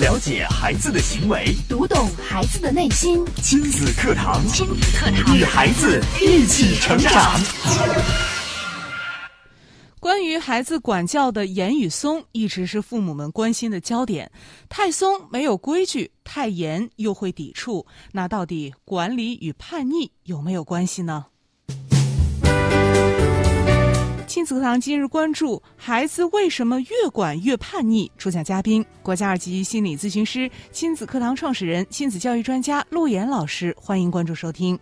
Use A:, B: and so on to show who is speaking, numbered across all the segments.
A: 了解孩子的行为，
B: 读懂孩子的内心，
A: 亲子课堂，
B: 亲子课堂
A: 与孩子一起成长。
C: 关于孩子管教的严与松，一直是父母们关心的焦点。太松没有规矩，太严又会抵触。那到底管理与叛逆有没有关系呢？亲子课堂今日关注：孩子为什么越管越叛逆？主讲嘉宾：国家二级心理咨询师、亲子课堂创始人、亲子教育专家陆岩老师。欢迎关注收听。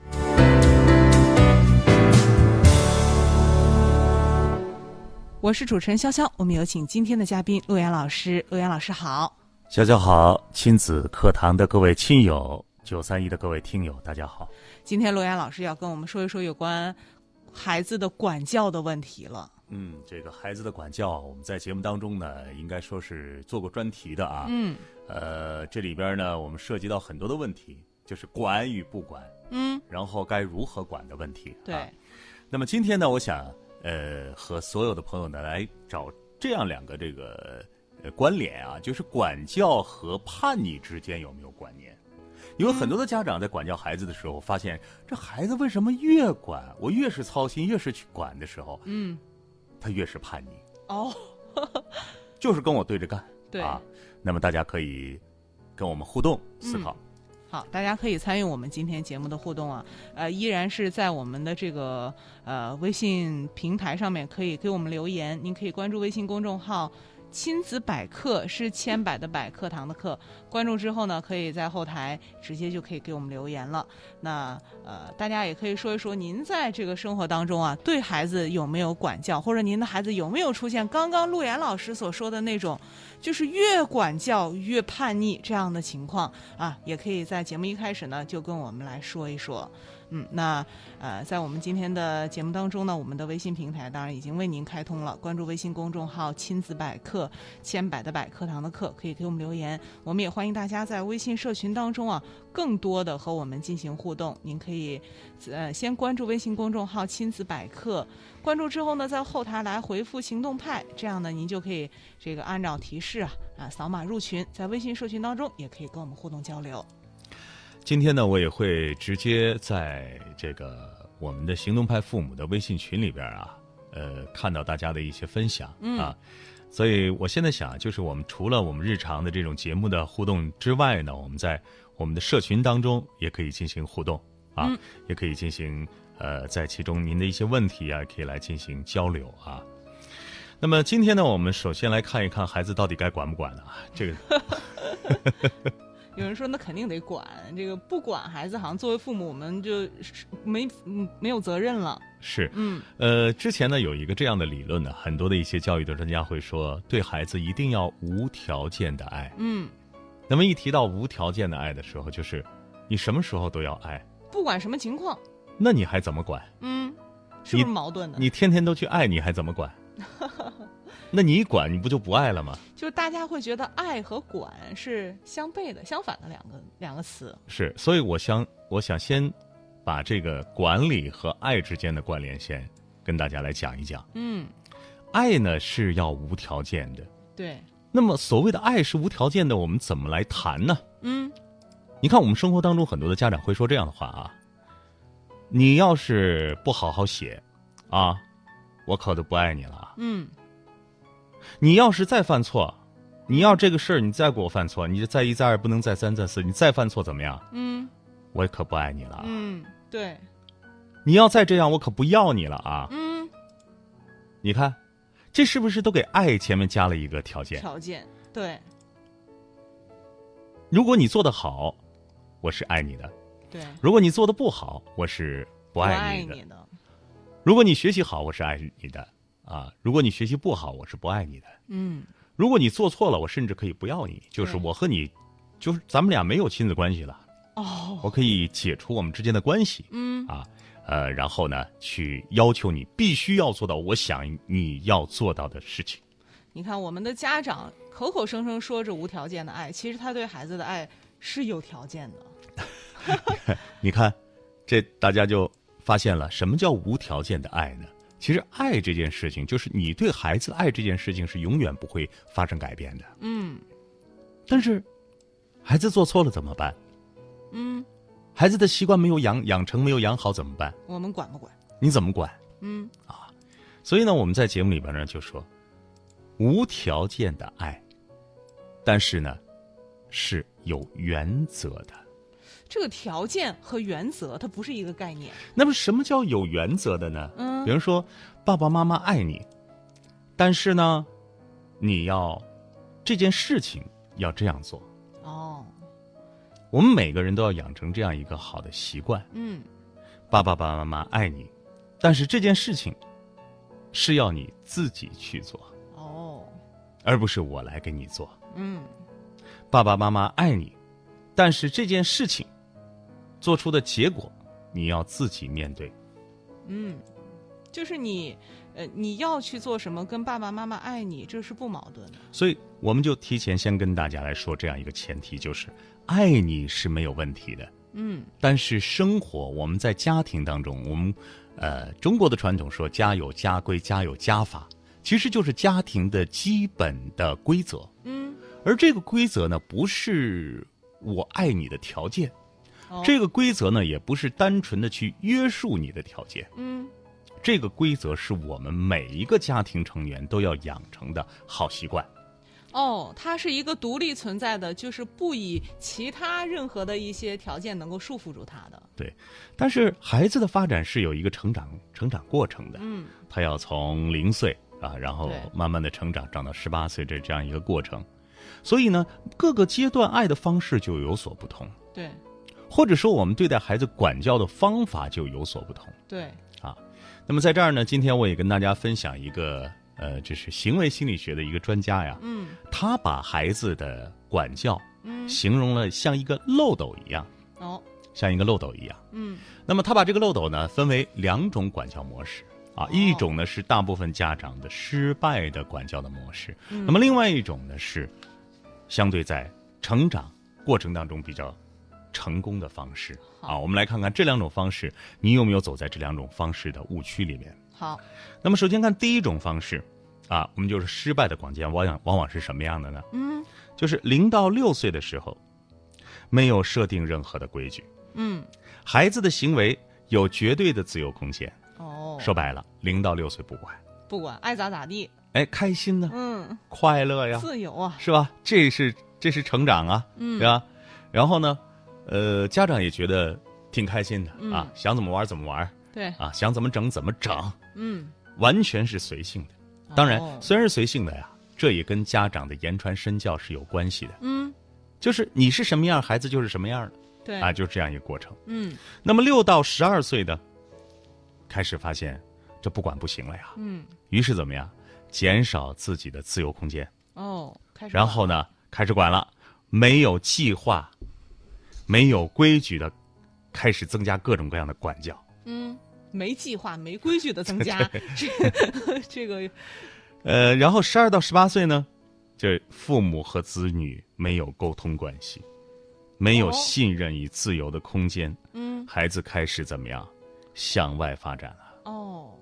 C: 我是主持人潇潇，我们有请今天的嘉宾陆岩老师。陆岩老师好。
D: 小小好，亲子课堂的各位亲友，九三一的各位听友，大家好。
C: 今天罗岩老师要跟我们说一说有关孩子的管教的问题了。
D: 嗯，这个孩子的管教，我们在节目当中呢，应该说是做过专题的啊。
C: 嗯
D: 呃，这里边呢，我们涉及到很多的问题，就是管与不管，
C: 嗯，
D: 然后该如何管的问题。
C: 对，
D: 啊那么今天呢，我想呃和所有的朋友呢来找这样两个这个呃关联啊，就是管教和叛逆之间有没有关联？因为很多的家长在管教孩子的时候，发现这孩子为什么越管我越是操心，越是去管的时候，
C: 嗯，
D: 他越是叛逆，
C: 哦，
D: 就是跟我对着干。
C: 对
D: 啊，那么大家可以跟我们互动思考。
C: 好，大家可以参与我们今天节目的互动啊，呃，依然是在我们的这个呃微信平台上面可以给我们留言，您可以关注微信公众号。亲子百科是千百的百课堂的课，关注之后呢，可以在后台直接就可以给我们留言了。那呃，大家也可以说一说您在这个生活当中啊，对孩子有没有管教，或者您的孩子有没有出现刚刚陆岩老师所说的那种，就是越管教越叛逆这样的情况。啊，也可以在节目一开始呢，就跟我们来说一说。嗯，那呃，在我们今天的节目当中呢，我们的微信平台当然已经为您开通了，关注微信公众号“亲子百科”，千百的百课堂的课，可以给我们留言。我们也欢迎大家在微信社群当中啊，更多的和我们进行互动。您可以呃先关注微信公众号“亲子百科”，关注之后呢，在后台来回复“行动派”，这样呢，您就可以这个按照提示啊啊扫码入群，在微信社群当中也可以跟我们互动交流。
D: 今天呢，我也会直接在这个我们的行动派父母的微信群里边啊，呃，看到大家的一些分享、啊。所以我现在想，就是我们除了我们日常的这种节目的互动之外呢，我们在我们的社群当中也可以进行互动啊，也可以进行呃，在其中您的一些问题啊，可以来进行交流啊。那么今天呢，我们首先来看一看孩子到底该管不管呢、啊？这个
C: 有人说那肯定得管，这个不管孩子，好像作为父母我们就是没嗯没有责任了。
D: 是，
C: 嗯
D: 呃，之前呢有一个这样的理论呢，很多的一些教育的专家会说，对孩子一定要无条件的爱。
C: 嗯，
D: 那么一提到无条件的爱的时候，就是你什么时候都要爱，
C: 不管什么情况，
D: 那你还怎么管？
C: 嗯，是不
D: 你
C: 是矛盾的？
D: 你天天都去爱，你还怎么管？ 那你一管，你不就不爱了吗？
C: 就是大家会觉得爱和管是相悖的、相反的两个两个词。
D: 是，所以我想，我想先把这个管理和爱之间的关联先跟大家来讲一讲。
C: 嗯，
D: 爱呢是要无条件的，
C: 对，
D: 那么所谓的爱是无条件的，我们怎么来谈呢？
C: 嗯
D: 你看，我们生活当中很多的家长会说这样的话啊：“你要是不好好写，啊，我可就不爱你了啊。
C: 嗯，
D: 你要是再犯错，你要这个事儿你再给我犯错，你就再一再二不能再三再四，你再犯错怎么样？
C: 嗯
D: 我可不爱你了啊。
C: 嗯，对，
D: 你要再这样，我可不要你了啊。
C: 嗯，
D: 你看，这是不是都给爱前面加了一个条件？
C: 条件对
D: 如果你做得好，我是爱你的；
C: 对，
D: 如果你做得不好，我是不
C: 不
D: 爱
C: 爱
D: 你的。
C: 你的，
D: 如果你学习好，我是爱你的啊；如果你学习不好，我是不爱你的。
C: 嗯
D: 如果你做错了，我甚至可以不要你，就是
C: 对
D: 我和你，就是咱们俩没有亲子关系了，
C: 哦，
D: 我可以解除我们之间的关系
C: 嗯
D: 啊。呃，然后呢，去要求你必须要做到我想你要做到的事情。
C: 你看，我们的家长口口声声说着无条件的爱，其实他对孩子的爱是有条件的。
D: 你看，这大家就发现了什么叫无条件的爱呢？其实爱这件事情，就是你对孩子的爱这件事情是永远不会发生改变的。
C: 嗯，
D: 但是孩子做错了怎么办？
C: 嗯，
D: 孩子的习惯没有养养成，没有养好怎么办？
C: 我们管不管？
D: 你怎么管？啊
C: 嗯
D: 所以呢，我们在节目里边呢就说，无条件的爱，但是呢，是有原则的。
C: 这个条件和原则它不是一个概念。
D: 那么什么叫有原则的呢？
C: 嗯
D: 比如说爸爸妈妈爱你，但是呢，你要这件事情要这样做。
C: 哦，
D: 我们每个人都要养成这样一个好的习惯。
C: 嗯
D: 爸爸、爸爸妈妈爱你，但是这件事情是要你自己去做，
C: 哦，
D: 而不是我来给你做。
C: 嗯
D: 爸爸妈妈爱你，但是这件事情做出的结果，你要自己面对。
C: 嗯，就是你呃你要去做什么，跟爸爸妈妈爱你这是不矛盾的。
D: 所以，我们就提前先跟大家来说这样一个前提，就是爱你是没有问题的。
C: 嗯
D: 但是生活，我们在家庭当中，我们，呃，中国的传统说家有家规，家有家法，其实就是家庭的基本的规则。
C: 嗯，
D: 而这个规则呢，不是我爱你的条件，
C: 哦
D: 这个规则呢，也不是单纯的去约束你的条件。
C: 嗯
D: 这个规则是我们每一个家庭成员都要养成的好习惯。
C: 哦，它是一个独立存在的，就是不以其他任何的一些条件能够束缚住它的。
D: 对，但是孩子的发展是有一个成长成长过程的，
C: 嗯
D: 他要从零岁啊，然后
C: 对
D: 慢慢的成长，长到十八岁，这这样一个过程。所以呢，各个阶段爱的方式就有所不同，
C: 对
D: 或者说我们对待孩子管教的方法就有所不同。
C: 对，
D: 那么在这儿呢，今天我也跟大家分享一个，呃，这是行为心理学的一个专家呀，
C: 嗯
D: 他把孩子的管教
C: 嗯
D: 形容了像一个漏斗一样，
C: 哦
D: 像一个漏斗一样。
C: 嗯
D: 那么他把这个漏斗呢分为两种管教模式啊
C: 哦，
D: 一种呢是大部分家长的失败的管教的模式，
C: 嗯
D: 那么另外一种呢是相对在成长过程当中比较成功的方式啊。
C: 好
D: 我们来看看这两种方式，你有没有走在这两种方式的误区里面？
C: 好
D: 那么首先看第一种方式啊，我们就是失败的管教，往往往往是什么样的呢？
C: 嗯
D: 就是零到六岁的时候，没有设定任何的规矩。
C: 嗯
D: 孩子的行为有绝对的自由空间。
C: 哦，
D: 说白了，零到六岁不管，
C: 不管爱咋咋地，
D: 哎，开心呢，
C: 嗯，
D: 快乐呀，
C: 自嗯由啊，
D: 是吧？这是这是成长啊，对吧？然后呢，呃，家长也觉得挺开心的
C: 嗯
D: 啊，想怎么玩怎么玩
C: 对，
D: 啊，想怎么整怎么整，
C: 嗯，
D: 完全是随性的。当然，
C: 哦
D: 虽然是随性的呀，这也跟家长的言传身教是有关系的，
C: 嗯，
D: 就是你是什么样，孩子就是什么样的
C: 对，
D: 啊，就是这样一个过程。
C: 嗯
D: 那么六到十二岁的，开始发现这不管不行了呀，
C: 嗯，
D: 于是怎么样，减少自己的自由空间，
C: 哦，开始吧，
D: 然后呢开始管了，没有计划，没有规矩的，开始增加各种各样的管教。
C: 嗯，没计划、没规矩的增加， 这 这个，
D: 呃，然后十二到十八岁呢，这父母和子女没有沟通关系，没有
C: 哦
D: 信任与自由的空间，
C: 嗯，
D: 孩子开始怎么样，向外发展了。
C: 哦，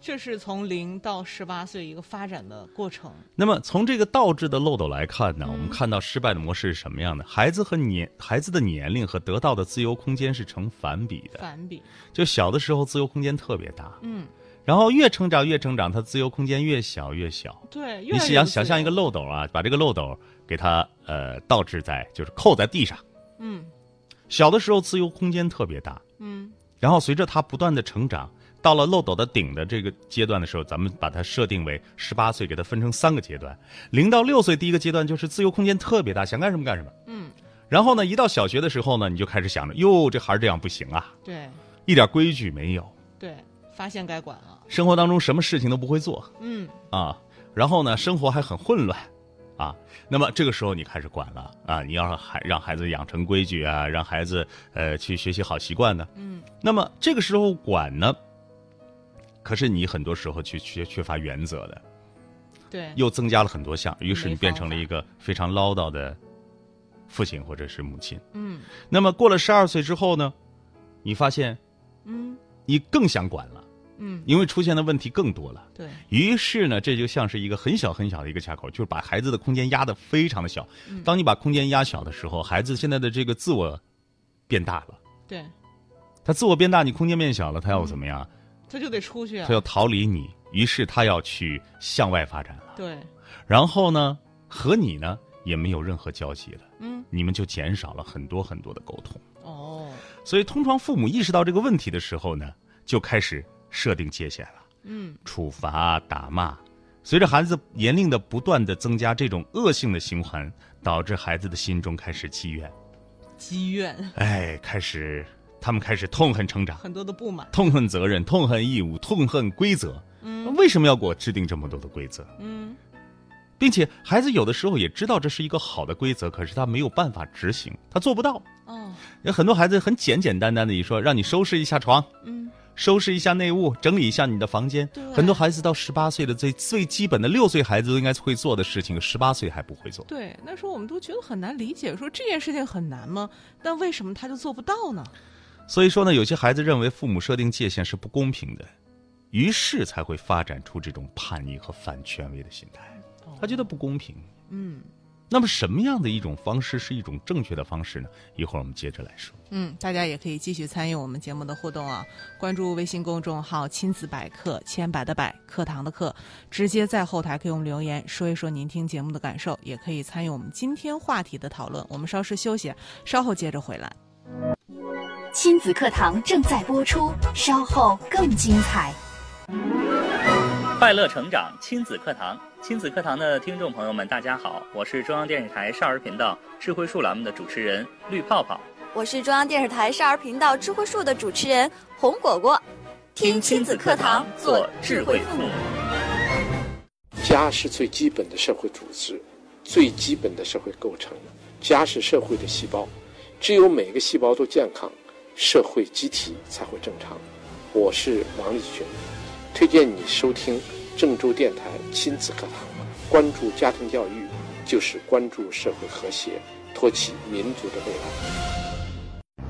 C: 这是从零到十八岁一个发展的过程，
D: 那么从这个倒置的漏斗来看
C: 嗯
D: 呢，我们看到失败的模式是什么样的？孩子和年孩子的年龄和得到的自由空间是成反比的。
C: 反比，
D: 就小的时候自由空间特别大，
C: 嗯，
D: 然后越成长越成长，他自由空间越小越小。
C: 对，
D: 你
C: 越来越
D: 想
C: 自
D: 想象
C: 由
D: 一个，漏斗啊，把这个漏斗给它呃倒置在就是扣在地上。
C: 嗯
D: 小的时候自由空间特别大，
C: 嗯，
D: 然后随着他不断的成长，到了漏斗的顶的这个阶段的时候，咱们把它设定为十八岁，给它分成三个阶段。零到六岁第一个阶段就是自由空间特别大，想干什么干什么。
C: 嗯。
D: 然后呢，一到小学的时候呢，你就开始想着，哟，这孩儿这样不行啊，
C: 对
D: 一点规矩没有，
C: 对，发现该管了，
D: 生活当中什么事情都不会做
C: 嗯
D: 啊。然后呢，生活还很混乱。啊，那么这个时候你开始管了啊！你要让孩让孩子养成规矩啊，让孩子呃去学习好习惯呢、
C: 嗯，
D: 那么这个时候管呢，可是你很多时候缺缺缺乏原则的，
C: 对，
D: 又增加了很多项，于是
C: 嗯没
D: 你变成了
C: 方法
D: 一个非常唠叨的父亲或者是母亲。
C: 嗯
D: 那么过了十二岁之后呢，你发现
C: 嗯
D: 你更想管了，
C: 嗯，
D: 因为出现的问题更多了。
C: 对，
D: 于是呢，这就像是一个很小很小的一个卡口，就是把孩子的空间压得非常的小。
C: 嗯
D: 当你把空间压小的时候，孩子现在的这个自我变大了，
C: 对，
D: 他自我变大，你空间变小了，他要怎么样？
C: 他就得出嗯去啊
D: 他。要逃离你，于是他要去向外发展了。
C: 对，
D: 然后呢，和你呢也没有任何交集了，
C: 嗯，
D: 你们就减少了很多很多的沟通。
C: 哦，
D: 所以，通常父母意识到这个问题的时候呢，就开始设定界限了。
C: 嗯，
D: 处罚、打骂。随着孩子年龄的不断的增加，这种恶性的循环导致孩子的心中开始积怨，
C: 积怨，
D: 哎，开始他们开始痛恨成长，
C: 很多的不满。
D: 痛恨责任，痛恨义务，痛恨规则。嗯，为什么要给我制定这么多的规则？
C: 嗯，
D: 并且孩子有的时候也知道这是一个好的规则，可是他没有办法执行，他做不到。
C: 哦，
D: 有很多孩子很简简单单的一说，让你收拾一下床，
C: 嗯，
D: 收拾一下内务，整理一下你的房间
C: 对。
D: 很多孩子到十八岁的最最基本的六岁孩子都应该会做的事情，十八岁还不会做。
C: 对，那时候我们都觉得很难理解，说这件事情很难吗？但为什么他就做不到呢？
D: 所以说呢，有些孩子认为父母设定界限是不公平的，于是才会发展出这种叛逆和反权威的心态。
C: 哦
D: 他觉得不公平。
C: 嗯
D: 那么什么样的一种方式是一种正确的方式呢？一会儿我们接着来说。
C: 嗯，大家也可以继续参与我们节目的互动啊！关注微信公众号“亲子百科”，千百的百，课堂的课，直接在后台给我们留言，说一说您听节目的感受，也可以参与我们今天话题的讨论。我们稍事休息，稍后接着回来。
B: 亲子课堂正在播出，稍后更精彩。
E: 快乐成长亲子课堂，亲子课堂的听众朋友们，大家好，我是中央电视台少儿频道智慧树栏目的主持人绿泡泡。
F: 我是中央电视台少儿频道智慧树的主持人红果果，听亲子课堂，做智慧父母。
G: 家是最基本的社会组织，最基本的社会构成。家是社会的细胞，只有每个细胞都健康，社会集体才会正常。我是王立群，推荐你收听郑州电台亲子课堂，关注家庭教育，就是关注社会和谐，托起民族的未来。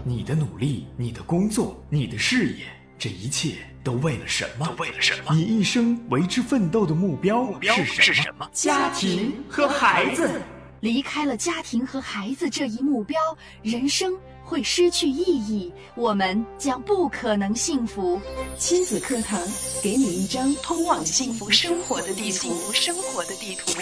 A: 你的努力，你的工作，你的事业，这一切都为了什么？都为了什么？你一生为之奋斗的目标是什么？
B: 家庭
A: 和孩子。
B: 离开了家庭和孩子这一目标，人生会失去意义，我们将不可能幸福。亲子课堂给你一张通往幸福生活的地图。生活的地图。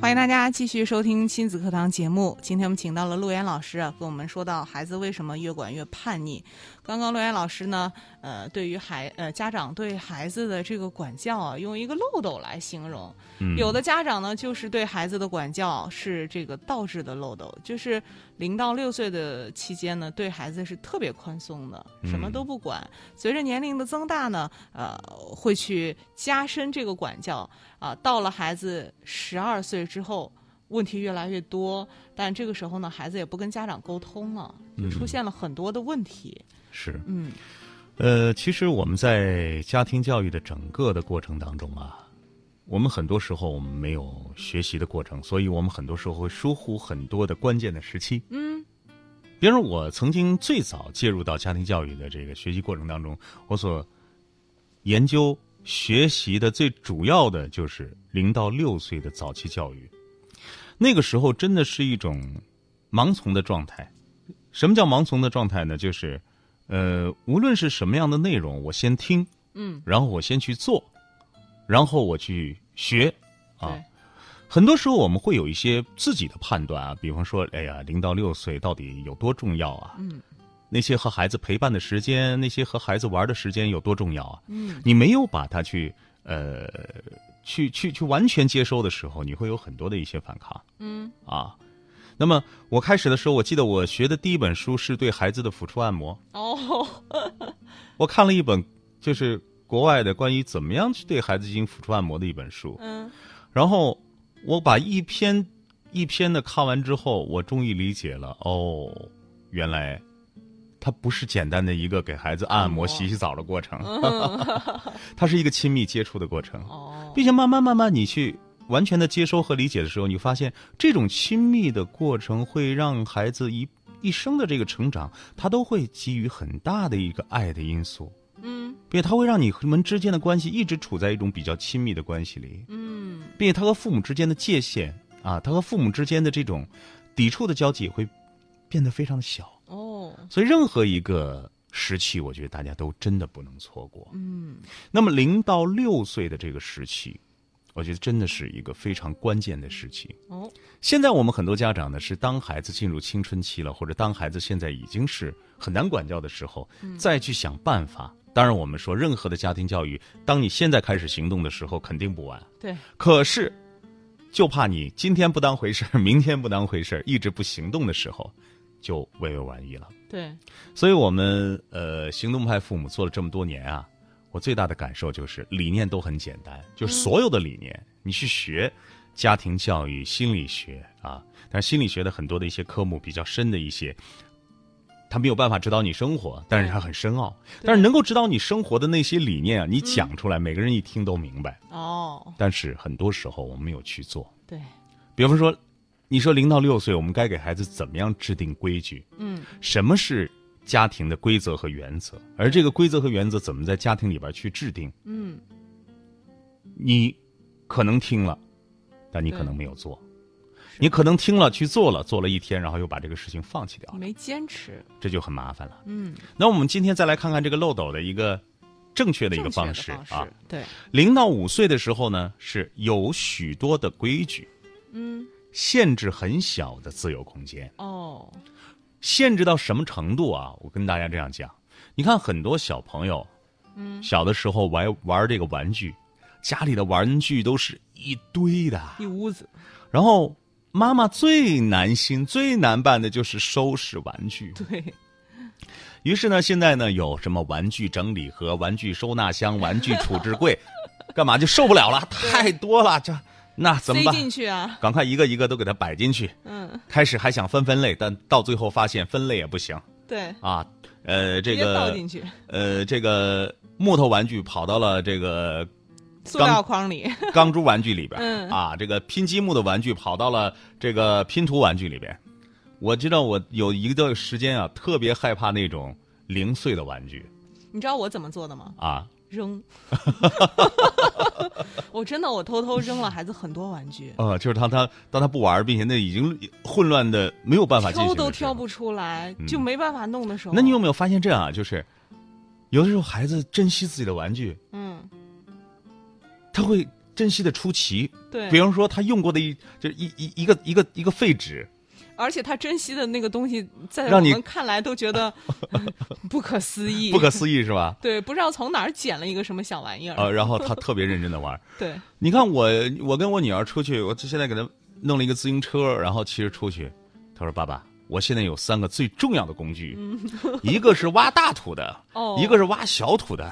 C: 欢迎大家继续收听亲子课堂节目。今天我们请到了陆岩老师啊，跟我们说到孩子为什么越管越叛逆。刚刚陆岩老师呢，呃，对于孩呃家长对孩子的这个管教啊，用一个漏斗来形容。
D: 嗯
C: 有的家长呢，就是对孩子的管教是这个倒置的漏斗，就是零到六岁的期间呢，对孩子是特别宽松的，什么
D: 嗯
C: 都不管。随着年龄的增大呢，呃，会去加深这个管教啊、到了孩子十二岁之后。问题越来越多，但这个时候呢，孩子也不跟家长沟通了，就
D: 嗯
C: 出现了很多的问题。
D: 是，
C: 嗯，
D: 呃，其实我们在家庭教育的整个的过程当中啊，我们很多时候我们没有学习的过程，所以我们很多时候会疏忽很多的关键的时期。嗯，比如我曾经最早介入到家庭教育的这个学习过程当中，我所研究学习的最主要的就是零到六岁的早期教育。那个时候真的是一种盲从的状态。什么叫盲从的状态呢？就是呃，无论是什么样的内容，我先听，
C: 嗯，
D: 然后我先去做，然后我去学，啊
C: 对，
D: 很多时候我们会有一些自己的判断啊，比方说，哎呀，零到六岁到底有多重要啊？
C: 嗯，
D: 那些和孩子陪伴的时间，那些和孩子玩的时间有多重要啊？
C: 嗯，
D: 你没有把它去呃，去去去完全接收的时候，你会有很多的一些反抗。
C: 嗯，
D: 啊。那么我开始的时候，我记得我学的第一本书是对孩子的抚触按摩，
C: 哦，
D: 我看了一本就是国外的关于怎么样去对孩子进行抚触按摩的一本书，
C: 嗯，
D: 然后我把一篇一篇的看完之后，我终于理解了哦，原来它不是简单的一个给孩子按摩、
C: 按摩
D: 洗洗澡的过程，它是一个亲密接触的过程。
C: 哦，
D: 并且慢慢慢慢你去完全的接收和理解的时候，你发现这种亲密的过程会让孩子一一生的这个成长，他都会基于很大的一个爱的因素，
C: 嗯
D: 并且它会让你们之间的关系一直处在一种比较亲密的关系里，
C: 嗯
D: 并且他和父母之间的界限啊，他和父母之间的这种抵触的交际也会变得非常的小，
C: 哦
D: 所以任何一个时期，我觉得大家都真的不能错过。
C: 嗯
D: 那么零到六岁的这个时期，我觉得真的是一个非常关键的时期。
C: 哦
D: 现在我们很多家长呢，是当孩子进入青春期了，或者当孩子现在已经是很难管教的时候，再去想办法。当然，我们说任何的家庭教育，当你现在开始行动的时候，肯定不晚。
C: 对
D: 可是，就怕你今天不当回事儿， 明天不当回事儿，一直不行动的时候，就畏畏晚矣了。
C: 对
D: 所以我们呃行动派父母做了这么多年啊，我最大的感受就是理念都很简单，就是所有的理念、你去学家庭教育、心理学啊，但是心理学的很多的一些科目比较深的一些。他没有办法指导你生活，但是他很深奥。
C: 对
D: 但是能够指导你生活的那些理念啊，你讲出来，每个人一听都明白。
C: 哦
D: 但是很多时候我们没有去做。
C: 对
D: 比方说，你说零到六岁，我们该给孩子怎么样制定规矩？
C: 嗯
D: 什么是家庭的规则和原则，而这个规则和原则怎么在家庭里边去制定？
C: 嗯
D: 你可能听了，但你可能没有做。你可能听了去做了，做了一天，然后又把这个事情放弃掉了，
C: 没坚持
D: 这就很麻烦了。
C: 嗯
D: 那我们今天再来看看这个漏斗的一个正确的一
C: 正确
D: 个
C: 的
D: 方
C: 式
D: 式啊。
C: 对
D: 零到五岁的时候呢，是有许多的规矩，
C: 嗯
D: 限制很小的自由空间。
C: 哦
D: 限制到什么程度啊？我跟大家这样讲，你看很多小朋友，嗯，小的时候玩玩这个玩具，家里的玩具都是一堆的，
C: 一屋子
D: 然后妈妈最难心、最难办的就是收拾玩具。
C: 对
D: 于是呢，现在呢有什么玩具整理盒、玩具收纳箱、玩具处置 柜，干嘛就受不了了，太多了，这那怎么
C: 塞
D: 办？
C: 进去啊
D: 赶快一个一个都给它摆进去。
C: 嗯
D: 开始还想分分类，但到最后发现分类也不行。
C: 对
D: 啊，呃，这
C: 直接倒
D: 个
C: 进去
D: 呃，这个木头玩具跑到了这个
C: 塑料筐里
D: 钢珠玩具里边儿，
C: 嗯
D: 啊，这个拼积木的玩具跑到了这个拼图玩具里边。我知道我有一段时间啊，特别害怕那种零碎的玩具
C: 你知道我怎么做的吗？
D: 啊，
C: 扔。 我真的我偷偷扔了孩子很多玩具，
D: 呃，就是当他当他不玩儿，并且那已经混乱的没有办法进行
C: 挑
D: 的时候，
C: 都挑不出来，
D: 嗯
C: 就没办法弄的时候。
D: 那你有没有发现这样啊？就是有的时候孩子珍惜自己的玩具，
C: 嗯，
D: 他会珍惜的出奇，
C: 对
D: 比，方说他用过的一就是一一一个一个一个废纸，
C: 而且他珍惜的那个东西，在我
D: 让你
C: 们看来都觉得 不可思议，
D: 不可思议是吧？
C: 对，不知道从哪儿捡了一个什么小玩意儿。
D: 呃，然后他特别认真的玩儿。
C: 对，
D: 你看我，我跟我女儿出去，我现在给她弄了一个自行车，然后骑着出去。她说：“爸爸，我现在有三个最重要的工具，
C: 嗯
D: 一个是挖大土的，
C: 哦嗯
D: 一个是挖小土的，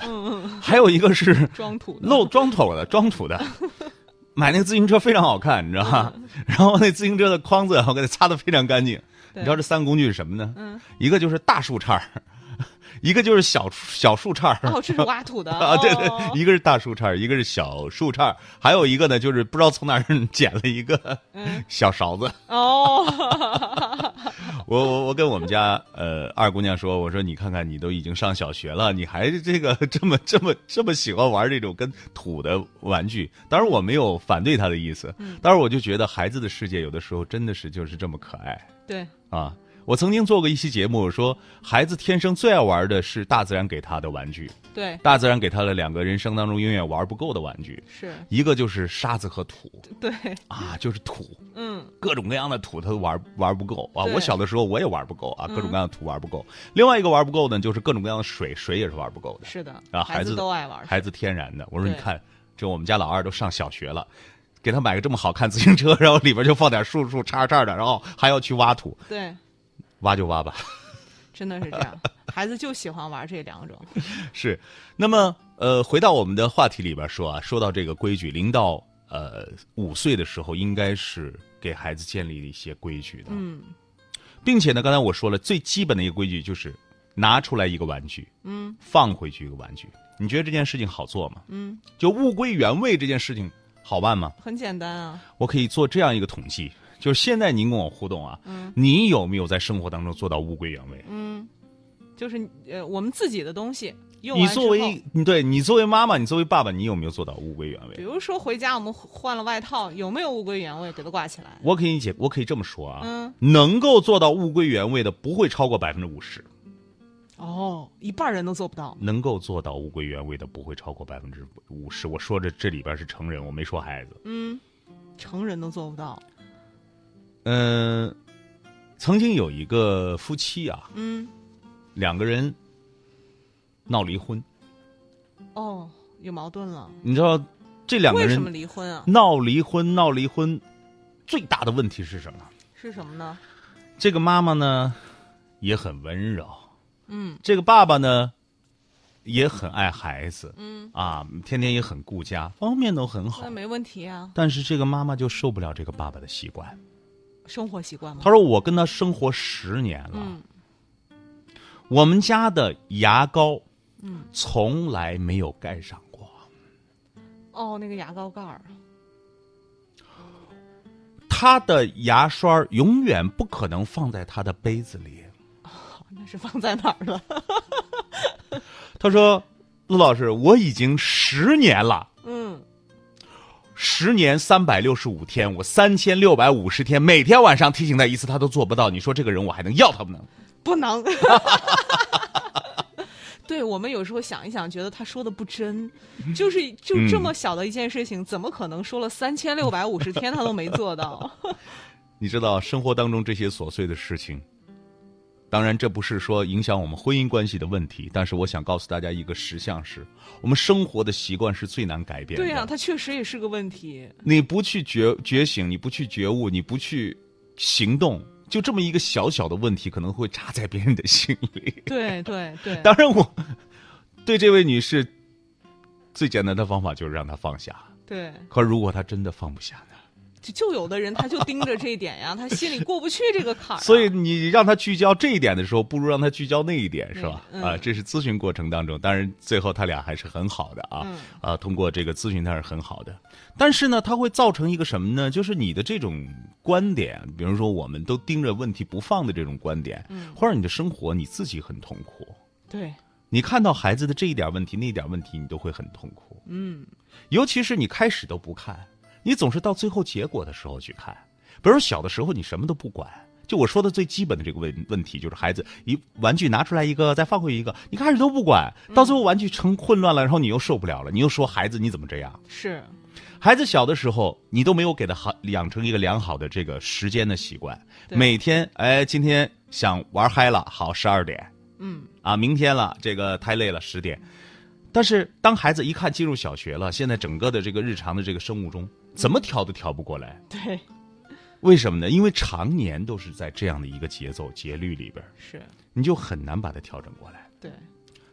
D: 还有一个是
C: 装土的哦
D: 漏装土的，装土的。买那个自行车非常好看，你知道吧？
C: 嗯
D: 然后那自行车的筐子我给它擦得非常干净。你
C: 对嗯
D: 知道这三个工具是什么呢？一个就是大树杈儿， 一个就是小小树杈儿。
C: 哦，这是挖土的
D: 啊，对
C: 哦
D: 对，一个是大树杈儿，一个是小树杈儿，还有一个呢，就是不知道从哪儿捡了一个
C: 嗯
D: 小勺子。
C: 哦，
D: 我我我跟我们家呃二姑娘说，我说你看看，你都已经上小学了，你还这个这么这么这么喜欢玩这种跟土的玩具。当然我没有反对她的意思，当然我就觉得孩子的世界有的时候真的是就是这么可爱。
C: 对，
D: 啊。我曾经做过一期节目，我说孩子天生最爱玩的是大自然给他的玩具，
C: 对，
D: 大自然给他了两个人生当中永远玩不够的玩具，
C: 是，
D: 一个就是沙子和土
C: 对，
D: 啊，就是土，
C: 嗯，
D: 各种各样的土他都玩玩不够啊。
C: 对嗯
D: 我小的时候我也玩不够啊，各种各样的土玩不够。另外一个玩不够呢，就是各种各样的水，水也是玩不够的。
C: 是的，
D: 啊，
C: 孩
D: 孩
C: 子都爱玩，
D: 孩子天然的。我说
C: 对
D: 你看，这我们家老二都上小学了。给他买个这么好看自行车，然后里边就放点树树杈杈的，然后还要去挖土，
C: 对，
D: 挖就挖吧。
C: 真的是这样，孩子就喜欢玩这两种，
D: 是，那么呃，回到我们的话题里边说啊，说到这个规矩，零到呃五岁的时候，应该是给孩子建立一些规矩的，
C: 嗯，
D: 并且呢，刚才我说了，最基本的一个规矩就是拿出来一个玩具，
C: 嗯
D: 放回去一个玩具，你觉得这件事情好做吗？
C: 嗯，
D: 就物归原位这件事情好办吗？
C: 很简单啊，
D: 我可以做这样一个统计，就是现在您跟我互动啊，你有没有在生活当中做到物归原位？
C: 嗯，就是呃我们自己的东西用
D: 你
C: 完之
D: 作
C: 后
D: 为你对你作为妈妈，你作为爸爸，你有没有做到物归原
C: 比
D: 位？
C: 如说回家我们换了外套，有没有物归原位给它挂起来？
D: 我可以解，我可以这么说啊，
C: 嗯
D: 能够做到物归原位的不会超过百分之五十，
C: 哦，一半人都做不到。
D: 能够做到物归原位的不会超过百分之五十。我说这这里边是成人，我没说孩子。
C: 嗯，成人都做不到。
D: 嗯、曾经有一个夫妻啊，
C: 嗯，
D: 两个人闹离婚，
C: 哦，有矛盾了。
D: 你知道这两个
C: 为什么
D: 人
C: 离婚啊？
D: 闹离婚，闹离婚最大的问题是什么？
C: 是什么呢？
D: 这个妈妈呢也很温柔，
C: 嗯
D: 这个爸爸呢也很爱孩子
C: 嗯，
D: 啊，天天也很顾家，方面都很好
C: 那。没问题啊，
D: 但是这个妈妈就受不了这个爸爸的习惯，
C: 生活习惯嘛
D: 她。说：“我跟他生活十年了，
C: 嗯
D: 我们家的牙膏，
C: 嗯
D: 从来没有盖上过。
C: 哦，那个牙膏盖儿，
D: 他的牙刷儿永远不可能放在他的杯子里。”
C: 哦那是放在哪儿了？
D: 他说：“陆老师，我已经十年了，
C: 嗯，
D: 十年三百六十五天，我三千六百五十天，每天晚上提醒他一次，他都做不到。你说这个人，我还能要他不能？
C: 不能。 对我们有时候想一想，觉得他说的不真，就是就
D: 嗯
C: 这么小的一件事情，怎么可能说了三千六百五十天他都没做到？
D: 你知道生活当中这些琐碎的事情，当然这不是说影响我们婚姻关系的问题，但是我想告诉大家一个实相是，我们生活的习惯是最难改变的。
C: 对呀、啊他确实也是个问题。
D: 你不去觉觉醒，你不去觉悟，你不去行动，就这么一个小小的问题，可能会扎在别人的心里。
C: 对对对，
D: 当然我，对这位女士最简单的方法就是让她放下。
C: 对，
D: 可如果她真的放不下呢？
C: 就就有的人他就盯着这一点呀，他心里过不去这个坎儿啊、
D: 所以你让她聚焦这一点的时候，不如让她聚焦那一点，是吧？
C: 嗯嗯
D: 啊，这是咨询过程当中，当然最后他俩还是很好的啊。
C: 嗯
D: 啊，通过这个咨询他是很好的，但是呢，它会造成一个什么呢？就是你的这种观点，比如说我们都盯着问题不放的这种观点，
C: 嗯
D: 会让你的生活你自己很痛苦。
C: 对，
D: 你看到孩子的这一点问题、那一点问题，你都会很痛苦。
C: 嗯
D: 尤其是你开始都不看，你总是到最后结果的时候去看。比如说小的时候你什么都不管，就我说的最基本的这个问问题，就是孩子一玩具拿出来一个，再放回一个，你开始都不管，到最后玩具成混乱了，然后你又受不了了，你又说孩子你怎么这样？
C: 是，
D: 孩子小的时候，你都没有给他好养成一个良好的这个时间的习惯，
C: 对
D: 每天哎今天想玩嗨了，好十二点，
C: 嗯
D: 啊，明天了，这个太累了，十点。但是当孩子一看进入小学了，现在整个的这个日常的这个生物钟，怎么调都调不过来，
C: 对
D: 为什么呢？因为常年都是在这样的一个节奏节律里边儿，
C: 是，
D: 你就很难把它调整过来。
C: 对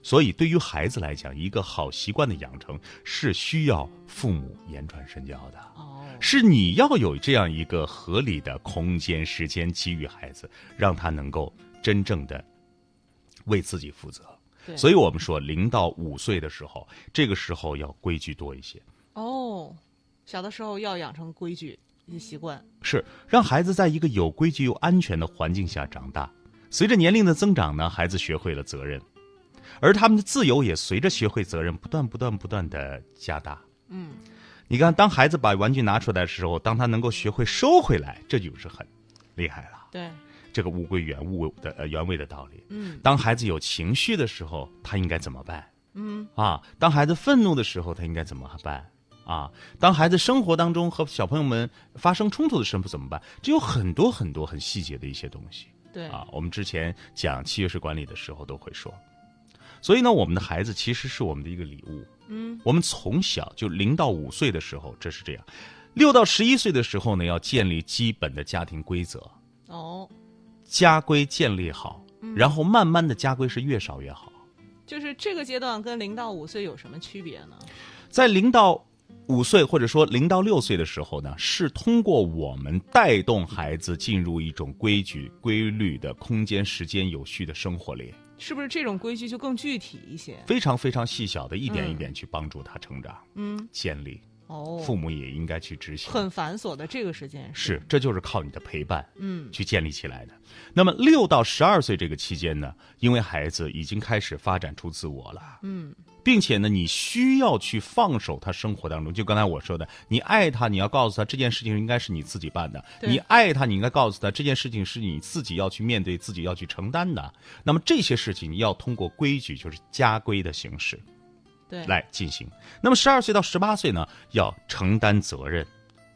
D: 所以对于孩子来讲，一个好习惯的养成是需要父母言传身教的。
C: 哦
D: 是你要有这样一个合理的空间、时间给予孩子，让他能够真正的为自己负责。
C: 对
D: 所以我们说，零到五岁的时候，这个时候要规矩多一些，
C: 哦，小的时候要养成规矩一些习惯，
D: 是让孩子在一个有规矩又安全的环境下长大。随着年龄的增长呢，孩子学会了责任，而他们的自由也随着学会责任不断、不断、不断的加大。
C: 嗯，
D: 你看，当孩子把玩具拿出来的时候，当他能够学会收回来，这就是很厉害了。
C: 对，
D: 这个物归原物的呃原位的道理。
C: 嗯
D: 当孩子有情绪的时候，他应该怎么办
C: 嗯
D: 啊？当孩子愤怒的时候，他应该怎么办啊？当孩子生活当中和小朋友们发生冲突的时候怎么办？这有很多很多很细节的一些东西
C: 对，
D: 啊。我们之前讲契约式管理的时候都会说，所以呢，我们的孩子其实是我们的一个礼物。
C: 嗯
D: 我们从小就零到五岁的时候，这是这样；六到十一岁的时候呢，要建立基本的家庭规则。
C: 哦，
D: 家规建立好，
C: 嗯
D: 然后慢慢的家规是越少越好。
C: 就是这个阶段跟零到五岁有什么区别呢？
D: 在零到五岁或者说零到六岁的时候呢，是通过我们带动孩子进入一种规矩、规律的空间、时间有序的生活里。
C: 是不是这种规矩就更具体一些？
D: 非常非常细小的一点
C: 嗯
D: 一点去帮助他成长、
C: 嗯，
D: 建立。
C: 哦，
D: 父母也应该去执行。
C: 很繁琐的这个时间
D: 是，这就是靠你的陪伴，
C: 嗯
D: 去建立起来的。那么六到十二岁这个期间呢，因为孩子已经开始发展出自我了，
C: 嗯，
D: 并且呢，你需要去放手他生活当中。就刚才我说的，你爱他，你要告诉他这件事情应该是你自己办的；
C: 对
D: 你爱他，你应该告诉他这件事情是你自己要去面对、自己要去承担的。那么这些事情要通过规矩，就是家规的形式，
C: 对，
D: 来进行。那么十二岁到十八岁呢，要承担责任，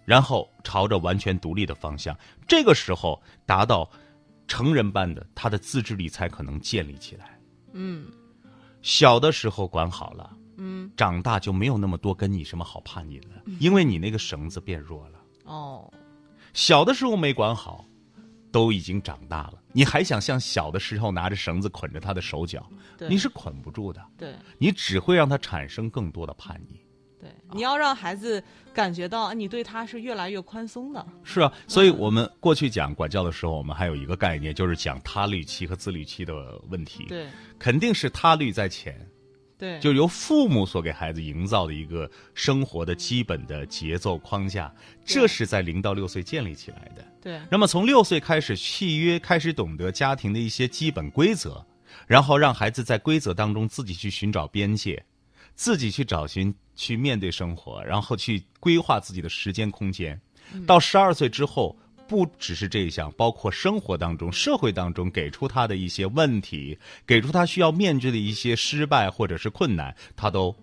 D: 然后朝着完全独立的方向，这个时候达到成人般的，他的自制力才可能建立起来。
C: 嗯
D: 小的时候管好了，
C: 嗯，
D: 长大就没有那么多跟你什么好叛逆的，因为你那个绳子变弱了。
C: 哦，
D: 小的时候没管好，都已经长大了，你还想像小的时候拿着绳子捆着他的手脚，
C: 对，
D: 你是捆不住的，
C: 对
D: 你只会让他产生更多的叛逆。
C: 对，
D: 啊
C: 你要让孩子感觉到啊你对他是越来越宽松的，
D: 是啊，所以
C: 嗯
D: 我们过去讲管教的时候，我们还有一个概念，就是讲他律期和自律期的问题。，
C: 对
D: 肯定是他律在前，
C: 对，
D: 嗯就由父母所给孩子营造的一个生活的基本的节奏框架，这是在零到六岁建立起来的。
C: 对
D: 那么从六岁开始，契约开始懂得家庭的一些基本规则，然后让孩子在规则当中自己去寻找边界，自己去找寻、去面对生活，然后去规划自己的时间空间。到十二岁之后，不只是这一项，包括生活当中、社会当中给出他的一些问题，给出他需要面对的一些失败或者是困难，他都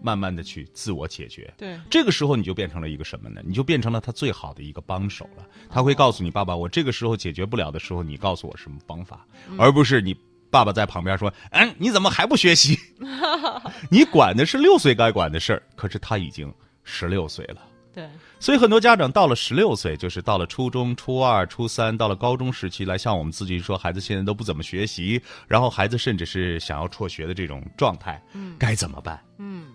D: 慢慢的去自我解决。
C: 对
D: 这个时候你就变成了一个什么呢？你就变成了他最好的一个帮手了。他会告诉你：“爸爸，我这个时候解决不了的时候，你告诉我什么方法，而不是你爸爸在旁边说：‘嗯，你怎么还不学习？’你管的是六岁该管的事儿，可是他已经十六岁了。
C: 对
D: 所以很多家长到了十六岁，就是到了初中、初二、初三，到了高中时期，来向我们咨询说，孩子现在都不怎么学习，然后孩子甚至是想要辍学的这种状态，嗯，该怎么办？
C: 嗯，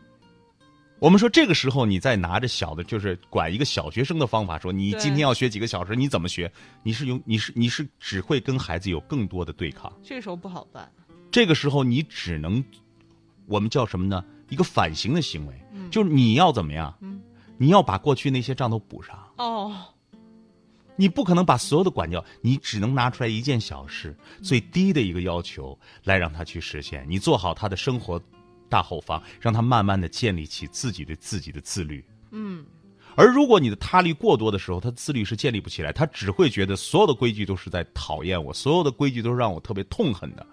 D: 我们说这个时候，你再拿着小的，就是管一个小学生的方法说，你
C: 对
D: 今天要学几个小时，你怎么学？你是有，你是你是只会跟孩子有更多的对抗。
C: 这时候不好办，
D: 这个时候，你只能，我们叫什么呢？一个反行的行为，就是你要怎么样？你要把过去那些账都补上。
C: 哦，
D: 你不可能把所有的管教，你只能拿出来一件小事，最低的一个要求来让他去实现。你做好他的生活大后方，让他慢慢的建立起自己对自己的自律。
C: 嗯，
D: 而如果你的他律过多的时候，他自律是建立不起来，他只会觉得所有的规矩都是在讨厌我，所有的规矩都是让我特别痛恨的，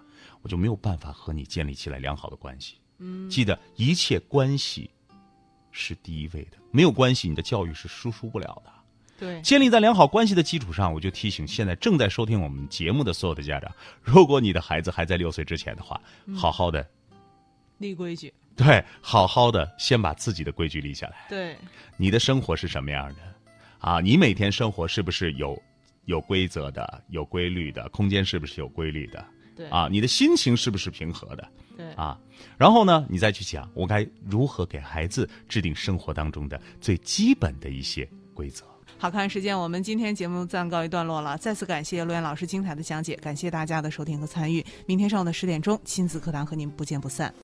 D: 我就没有办法和你建立起来良好的关系。嗯，记得一切关系是第一位的，没有关系，你的教育是输出不了的。
C: 对
D: 建立在良好关系的基础上，我就提醒现在正在收听我们节目的所有的家长，如果你的孩子还在六岁之前的话，好好的，
C: 立规矩，
D: 对，好好的先把自己的规矩立下来。
C: 对
D: 你的生活是什么样的？啊，你每天生活是不是有有规则的、有规律的？空间是不是有规律的？
C: 对
D: 啊，你的心情是不是平和的？
C: 对
D: 啊，然后呢，你再去想我该如何给孩子制定生活当中的最基本的一些规则。
C: 好看时间，我们今天节目暂告一段落了。再次感谢罗岩老师精彩的讲解，感谢大家的收听和参与。明天上午的十点钟，亲子课堂和您不见不散。